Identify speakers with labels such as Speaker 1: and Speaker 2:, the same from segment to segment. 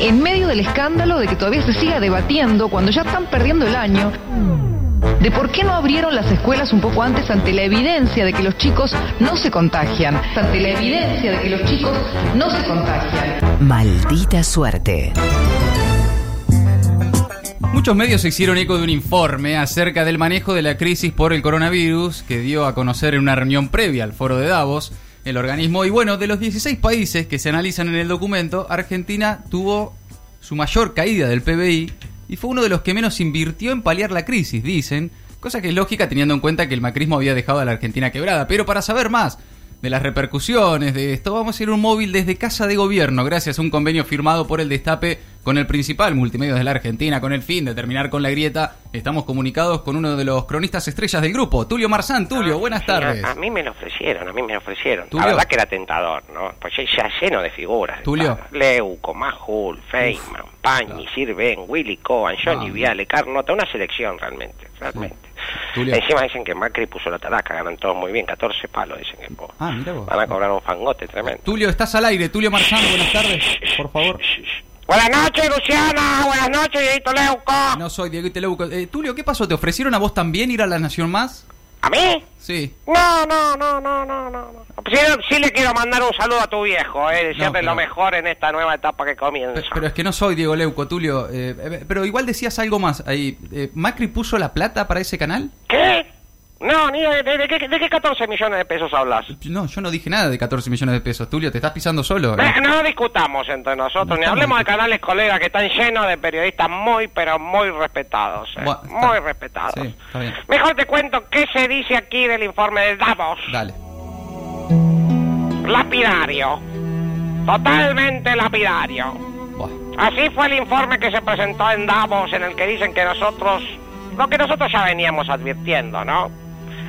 Speaker 1: en medio del escándalo de que todavía se siga debatiendo cuando ya están perdiendo el año de por qué no abrieron las escuelas un poco antes ante la evidencia de que los chicos no se contagian, ante la evidencia de que los chicos no se contagian.
Speaker 2: Maldita suerte.
Speaker 3: Muchos medios se hicieron eco de un informe acerca del manejo de la crisis por el coronavirus que dio a conocer en una reunión previa al foro de Davos el organismo. Y bueno, de los 16 países que se analizan en el documento, Argentina tuvo su mayor caída del PBI y fue uno de los que menos invirtió en paliar la crisis, dicen, cosa que es lógica teniendo en cuenta que el macrismo había dejado a la Argentina quebrada. Pero para saber más de las repercusiones de esto, vamos a ir a un móvil desde Casa de Gobierno, gracias a un convenio firmado por el Destape con el principal multimedio de la Argentina, con el fin de terminar con la grieta. Estamos comunicados con uno de los cronistas estrellas del grupo, Tulio Marzán. Tulio, buenas tardes.
Speaker 4: Ah, A mí me lo ofrecieron, a mí me lo ofrecieron. La verdad que era tentador, ¿no? Pues ya lleno de figuras.
Speaker 3: Tulio.
Speaker 4: Leuco, Majul, Feynman, Pañi, Sirven, Willy Cohen,
Speaker 3: Ah.
Speaker 4: Johnny Viale, Carnota, una selección realmente, realmente. Encima dicen que Macri puso la taraca, ganan todos muy bien, 14 palos, dicen que
Speaker 3: Ah, mira vos.
Speaker 4: van a cobrar un fangote tremendo.
Speaker 3: Tulio, estás al aire. Tulio Marzán, buenas tardes, por favor.
Speaker 4: Buenas noches, Luciana, buenas noches, Dieguito Leuco.
Speaker 3: No soy Diego Teleuco. Eh, Tulio, ¿qué pasó? ¿Te ofrecieron a vos también ir a la Nación Más?
Speaker 4: ¿A mí?
Speaker 3: Sí.
Speaker 4: No, no, no, no, no, no. no. Sí, sí le quiero mandar un saludo a tu viejo, eh, desearle
Speaker 3: No, pero-
Speaker 4: lo mejor en esta nueva etapa que comienza.
Speaker 3: Pe- Pero es que no soy Diego Leuco, Tulio. Eh, eh, pero igual decías algo más ahí. Eh, ¿Macri puso la plata para ese canal?
Speaker 4: ¿Qué? No, ni de, de- de qué, de qué 14 millones de pesos hablas.
Speaker 3: No, yo no dije nada de 14 millones de pesos, Tulio. Te estás pisando solo. ¿no?
Speaker 4: Eh, No discutamos entre nosotros,
Speaker 3: No
Speaker 4: ni
Speaker 3: estamos
Speaker 4: hablemos de
Speaker 3: discutiendo.
Speaker 4: canales colegas que están llenos de periodistas muy, pero muy respetados. eh,
Speaker 3: Bueno, está-
Speaker 4: muy respetados.
Speaker 3: sí, está bien.
Speaker 4: Mejor te cuento qué se dice aquí del informe de Davos.
Speaker 3: Dale.
Speaker 4: Lapidario. Totalmente lapidario.
Speaker 3: Buah.
Speaker 4: Así fue el informe que se presentó en Davos en el que dicen que nosotros, lo que nosotros ya veníamos advirtiendo, ¿no?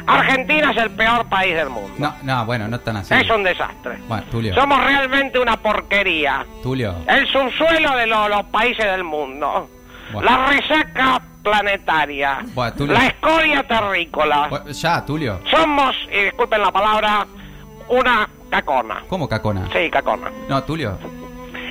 Speaker 4: Argentina es el peor país del mundo.
Speaker 3: No, no, bueno, no tan así.
Speaker 4: Es un desastre.
Speaker 3: Bueno, Tulio.
Speaker 4: Somos Eh. realmente una porquería.
Speaker 3: Tulio.
Speaker 4: El subsuelo de lo- los países del mundo.
Speaker 3: Bueno.
Speaker 4: La resaca planetaria.
Speaker 3: Bueno, Tulio.
Speaker 4: La escoria terrícola.
Speaker 3: Bu- Ya, Tulio.
Speaker 4: Somos, y disculpen la palabra, una cacona.
Speaker 3: ¿Cómo cacona?
Speaker 4: Sí, cacona.
Speaker 3: No, Tulio.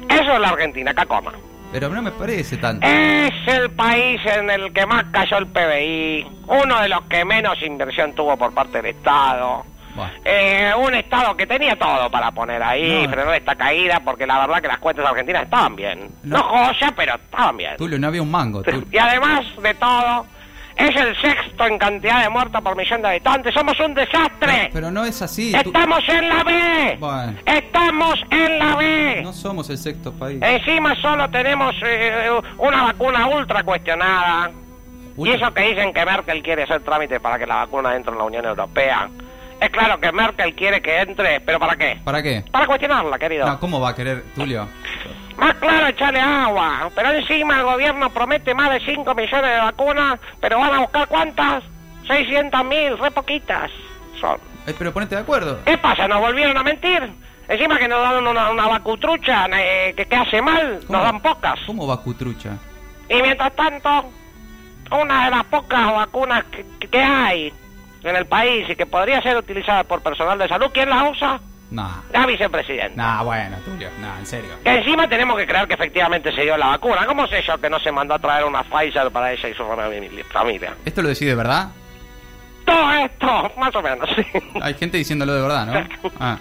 Speaker 4: Eso es la Argentina, cacona.
Speaker 3: Pero no me parece tanto.
Speaker 4: Es el país en el que más cayó el PBI, uno de los que menos inversión tuvo por parte del Estado.
Speaker 3: Bueno.
Speaker 4: Eh, un Estado que tenía todo para poner ahí,
Speaker 3: No.
Speaker 4: frenó esta caída, porque la verdad que las cuentas argentinas estaban bien.
Speaker 3: No.
Speaker 4: No, joya, pero estaban bien.
Speaker 3: Tulio, no había un mango. Tulio.
Speaker 4: Y además de todo, es el sexto en cantidad de muertos por millón de habitantes. Somos un desastre.
Speaker 3: Pero no es así. Tu-
Speaker 4: Estamos en la B.
Speaker 3: Bueno.
Speaker 4: Estamos en la B.
Speaker 3: No somos el sexto país.
Speaker 4: Encima solo tenemos eh, una vacuna ultra cuestionada.
Speaker 3: Ultra.
Speaker 4: Y eso que dicen que Merkel quiere hacer trámite para que la vacuna entre en la Unión Europea. Es claro que Merkel quiere que entre, pero ¿para qué?
Speaker 3: ¿Para qué?
Speaker 4: Para cuestionarla, querido.
Speaker 3: No, ¿cómo va a querer, Tulio?
Speaker 4: Más claro, echarle agua. Pero encima el gobierno promete más de 5 millones de vacunas, pero van a buscar cuántas? 600 mil, re poquitas son.
Speaker 3: Eh, pero ponete de acuerdo.
Speaker 4: ¿Qué pasa? ¿Nos volvieron a mentir? Encima que nos dan una, una vacutrucha eh, que, que hace mal,
Speaker 3: ¿Cómo-
Speaker 4: nos dan pocas.
Speaker 3: ¿Cómo va Cutrucha?
Speaker 4: Y mientras tanto, una de las pocas vacunas que, que- que hay en el país y que podría ser utilizada por personal de salud, ¿quién la usa?
Speaker 3: Nah.
Speaker 4: La vicepresidenta.
Speaker 3: Nah, bueno, Tulio. Nah, en serio.
Speaker 4: Que encima tenemos que creer que efectivamente se dio la vacuna. ¿Cómo sé yo que no se mandó a traer una Pfizer para ella y su fami- familia?
Speaker 3: ¿Esto lo decide de verdad?
Speaker 4: Todo esto, más o menos, sí.
Speaker 3: Hay gente diciéndolo de verdad, ¿no? Ah.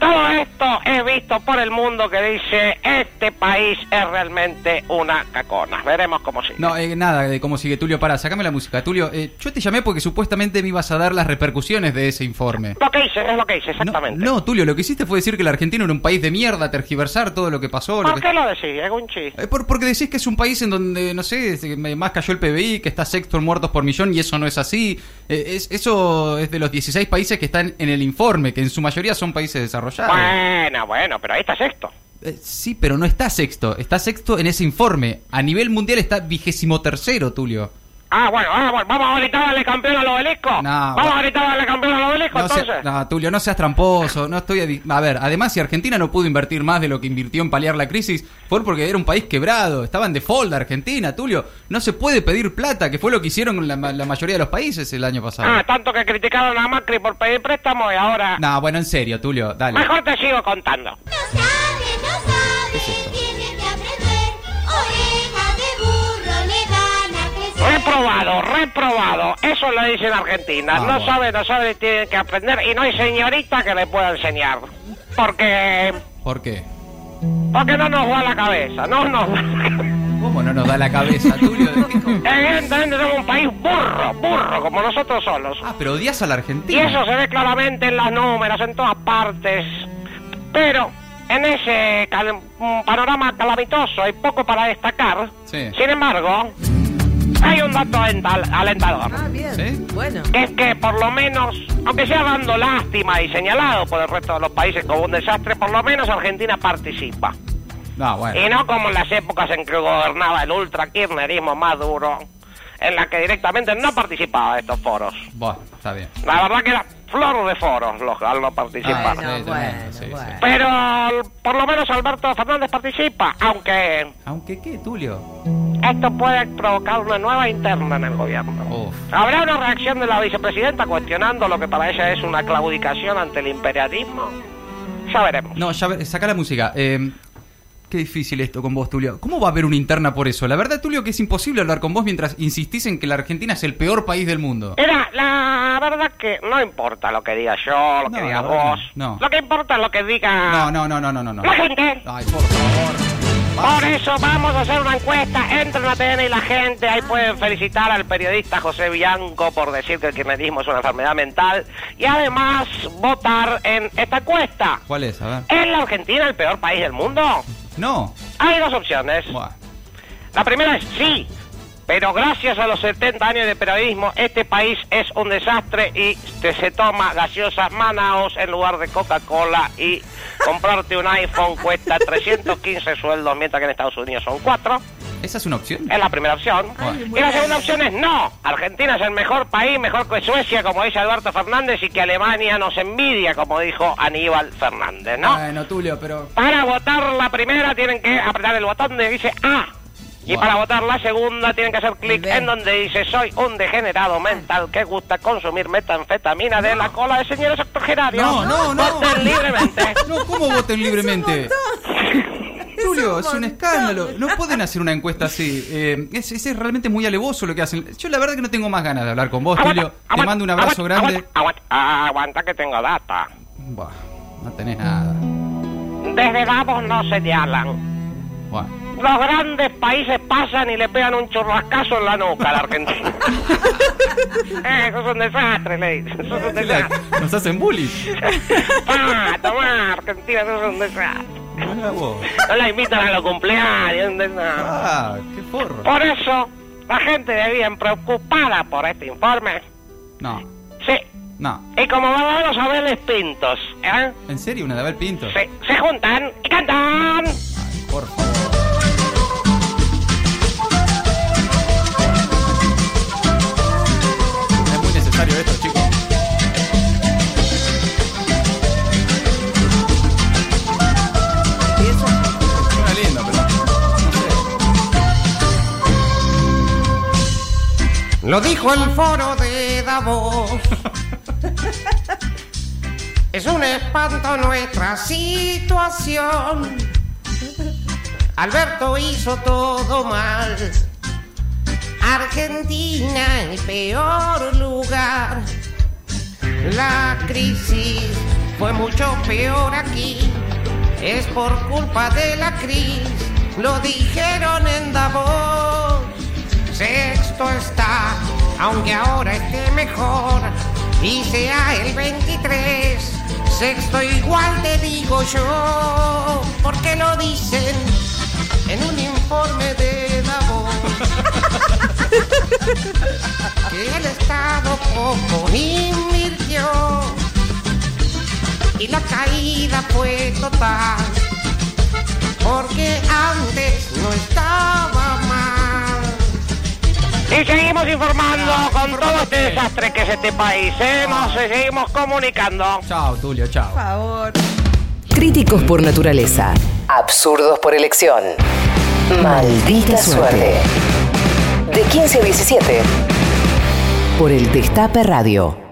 Speaker 4: Todo esto he visto por el mundo que dice, este país es realmente una cacona. Veremos cómo sigue.
Speaker 3: No, eh, nada, de cómo sigue Tulio. Para, sacame la música. Tulio, eh, yo te llamé porque supuestamente me ibas a dar las repercusiones de ese informe.
Speaker 4: Lo que hice, es lo que hice,
Speaker 3: No,
Speaker 4: exactamente.
Speaker 3: No, Tulio, lo que hiciste fue decir que la Argentina era un país de mierda, tergiversar todo lo que pasó. lo
Speaker 4: ¿Por
Speaker 3: que-
Speaker 4: qué lo decís, Gunchi?
Speaker 3: Eh, por- porque decís que es un país en donde, no sé, es- eh, más cayó el PBI, que está sexto en muertos por millón y eso no es así. Eh, es- eso es de los 16 países que están en el informe, que en su mayoría son países desarrollados.
Speaker 4: Bueno, bueno, pero ahí está sexto.
Speaker 3: Eh, sí, pero no está sexto, está sexto en ese informe. A nivel mundial está vigésimo tercero, Tulio.
Speaker 4: Ah, bueno, ah, bueno, vamos a gritar darle campeón al obelisco.
Speaker 3: No,
Speaker 4: vamos
Speaker 3: bueno.
Speaker 4: a gritar darle campeón al obelisco,
Speaker 3: No,
Speaker 4: entonces.
Speaker 3: sea- no, Tulio, no seas tramposo, no estoy... adi- A ver, además si Argentina no pudo invertir más de lo que invirtió en paliar la crisis, fue porque era un país quebrado, estaba en default Argentina, Tulio. No se puede pedir plata, que fue lo que hicieron con la, ma- la mayoría de los países el año pasado.
Speaker 4: Ah, tanto que criticaron a Macri por pedir préstamo y ahora...
Speaker 3: No, bueno, en serio, Tulio, dale.
Speaker 4: Mejor te sigo contando.
Speaker 5: No sabe, no sabe, tiene que aprender.
Speaker 4: reprobado. Eso lo dice en Argentina.
Speaker 3: Ah,
Speaker 4: No
Speaker 3: bueno.
Speaker 4: sabe, no sabe, tiene que aprender. Y no hay señorita que le pueda enseñar. Porque,
Speaker 3: ¿Por qué?
Speaker 4: porque no nos va la cabeza. No nos va la cabeza.
Speaker 3: ¿Cómo no nos da la cabeza, Tulio? ¿De qué co-
Speaker 4: Evidentemente somos un país burro, burro, como nosotros solos.
Speaker 3: Ah, pero odias a la
Speaker 4: Y
Speaker 3: Argentina.
Speaker 4: eso se ve claramente en los números, en todas partes. Pero en ese cal- mm, panorama calamitoso hay poco para destacar.
Speaker 3: Sí.
Speaker 4: Sin embargo, hay un dato ental- alentador.
Speaker 5: Ah, bien.
Speaker 3: ¿Sí?
Speaker 5: Bueno.
Speaker 4: Que es que por lo menos, aunque sea dando lástima y señalado por el resto de los países como un desastre, por lo menos Argentina participa.
Speaker 3: Ah, bueno.
Speaker 4: Y no como en las épocas en que gobernaba el ultra kirchnerismo más duro, en la que directamente no participaba de estos foros.
Speaker 3: Bueno, está bien.
Speaker 4: La verdad que era flor de foros los al no participar.
Speaker 5: Bueno,
Speaker 3: sí,
Speaker 5: bueno,
Speaker 3: tremendo, sí,
Speaker 5: bueno.
Speaker 3: sí.
Speaker 4: Pero por lo menos Alberto Fernández participa, aunque
Speaker 3: Aunque qué, Tulio.
Speaker 4: esto puede provocar una nueva interna en el gobierno.
Speaker 3: Uf.
Speaker 4: ¿Habrá una reacción de la vicepresidenta cuestionando lo que para ella es una claudicación ante el imperialismo? Ya veremos.
Speaker 3: No, ya ve- saca la música. Eh, qué difícil esto con vos, Tulio. ¿Cómo va a haber una interna por eso? La verdad, Tulio, que es imposible hablar con vos mientras insistís en que la Argentina es el peor país del mundo.
Speaker 4: Mira, la verdad que no importa lo que diga yo, lo
Speaker 3: No,
Speaker 4: que
Speaker 3: la
Speaker 4: digas
Speaker 3: verdad
Speaker 4: vos.
Speaker 3: que no. No.
Speaker 4: Lo que importa es lo que diga
Speaker 3: No, no, no, no, no, no. no.
Speaker 4: la gente.
Speaker 3: Ay, por favor.
Speaker 4: Por eso vamos a hacer una encuesta entre la TN y la gente. Ahí pueden felicitar al periodista José Bianco por decir que el kirchnerismo es una enfermedad mental. Y además votar en esta encuesta.
Speaker 3: ¿Cuál es? A ver.
Speaker 4: ¿Es la Argentina el peor país del mundo?
Speaker 3: No.
Speaker 4: Hay dos opciones.
Speaker 3: Buah.
Speaker 4: La primera es sí, pero gracias a los 70 años de periodismo, este país es un desastre y te- se toma gaseosa Manaos en lugar de Coca-Cola y comprarte un iPhone cuesta 315 sueldos, mientras que en Estados Unidos son 4.
Speaker 3: ¿Esa es una opción?
Speaker 4: Es Eh, la primera opción.
Speaker 3: Ay,
Speaker 4: y la segunda opción es no. Argentina es el mejor país, mejor que Suecia, como dice Alberto Fernández, y que Alemania nos envidia, como dijo Aníbal Fernández, ¿no?
Speaker 3: Bueno, Tulio, pero.
Speaker 4: Para votar la primera tienen que apretar el botón donde dice A. Y
Speaker 3: Wow.
Speaker 4: para votar la segunda tienen que hacer clic
Speaker 5: Bien.
Speaker 4: en donde dice soy un degenerado mental que gusta consumir metanfetamina de la cola de señores octogenarios.
Speaker 3: No, no, no.
Speaker 4: Voten libremente.
Speaker 3: No, ¿cómo voten libremente? Tulio,
Speaker 5: Es
Speaker 3: es
Speaker 5: un
Speaker 3: un
Speaker 5: montón.
Speaker 3: escándalo. No pueden hacer una encuesta así. Eh, es, es realmente muy alevoso lo que hacen. Yo la verdad que no tengo más ganas de hablar con vos, Tulio. Te mando un abrazo
Speaker 4: aguanta,
Speaker 3: grande.
Speaker 4: Aguanta, aguanta, aguanta que tengo data.
Speaker 3: Buah, no tenés nada.
Speaker 4: Desde Davos no señalan.
Speaker 3: Buah.
Speaker 4: Los grandes países pasan y le pegan un churrascazo en la nuca a la Argentina. Eh, Eso es un desastre, le dicen. Eso es un desastre.
Speaker 3: Nos hacen bullying.
Speaker 4: Ah, tomá, Argentina, eso es un desastre.
Speaker 3: Mirá vos.
Speaker 4: No la invitan a los cumpleaños, es un desastre.
Speaker 3: Ah, qué forro.
Speaker 4: Por eso, la gente de bien preocupada por este informe.
Speaker 3: No,
Speaker 4: Sí,
Speaker 3: no.
Speaker 4: y como verdaderos abeles pintos, ¿eh?
Speaker 3: ¿En serio? ¿Una de Abel Pinto?
Speaker 4: Se, se juntan y cantan.
Speaker 3: Por favor. Es muy necesario esto, chicos. Suena lindo, pero no sé.
Speaker 6: Lo dijo el foro de Davos. es un espanto nuestra situación. Alberto hizo todo mal. Argentina el peor lugar. La crisis fue mucho peor aquí. Es por culpa de la crisis. Lo dijeron en Davos. Sexto está, aunque ahora esté mejor. Y sea el 23. Sexto igual te digo yo. Porque lo dicen en un informe de Davos que el Estado poco invirtió y la caída fue total, porque antes no estaba mal.
Speaker 4: Y seguimos informando con todo este desastre que es este país, ¿eh? Nos seguimos comunicando.
Speaker 3: Chao, Tulio, chao.
Speaker 5: Por favor.
Speaker 2: Críticos por naturaleza. Absurdos por elección. Maldita suerte. De 15 a 17. Por el Destape Radio.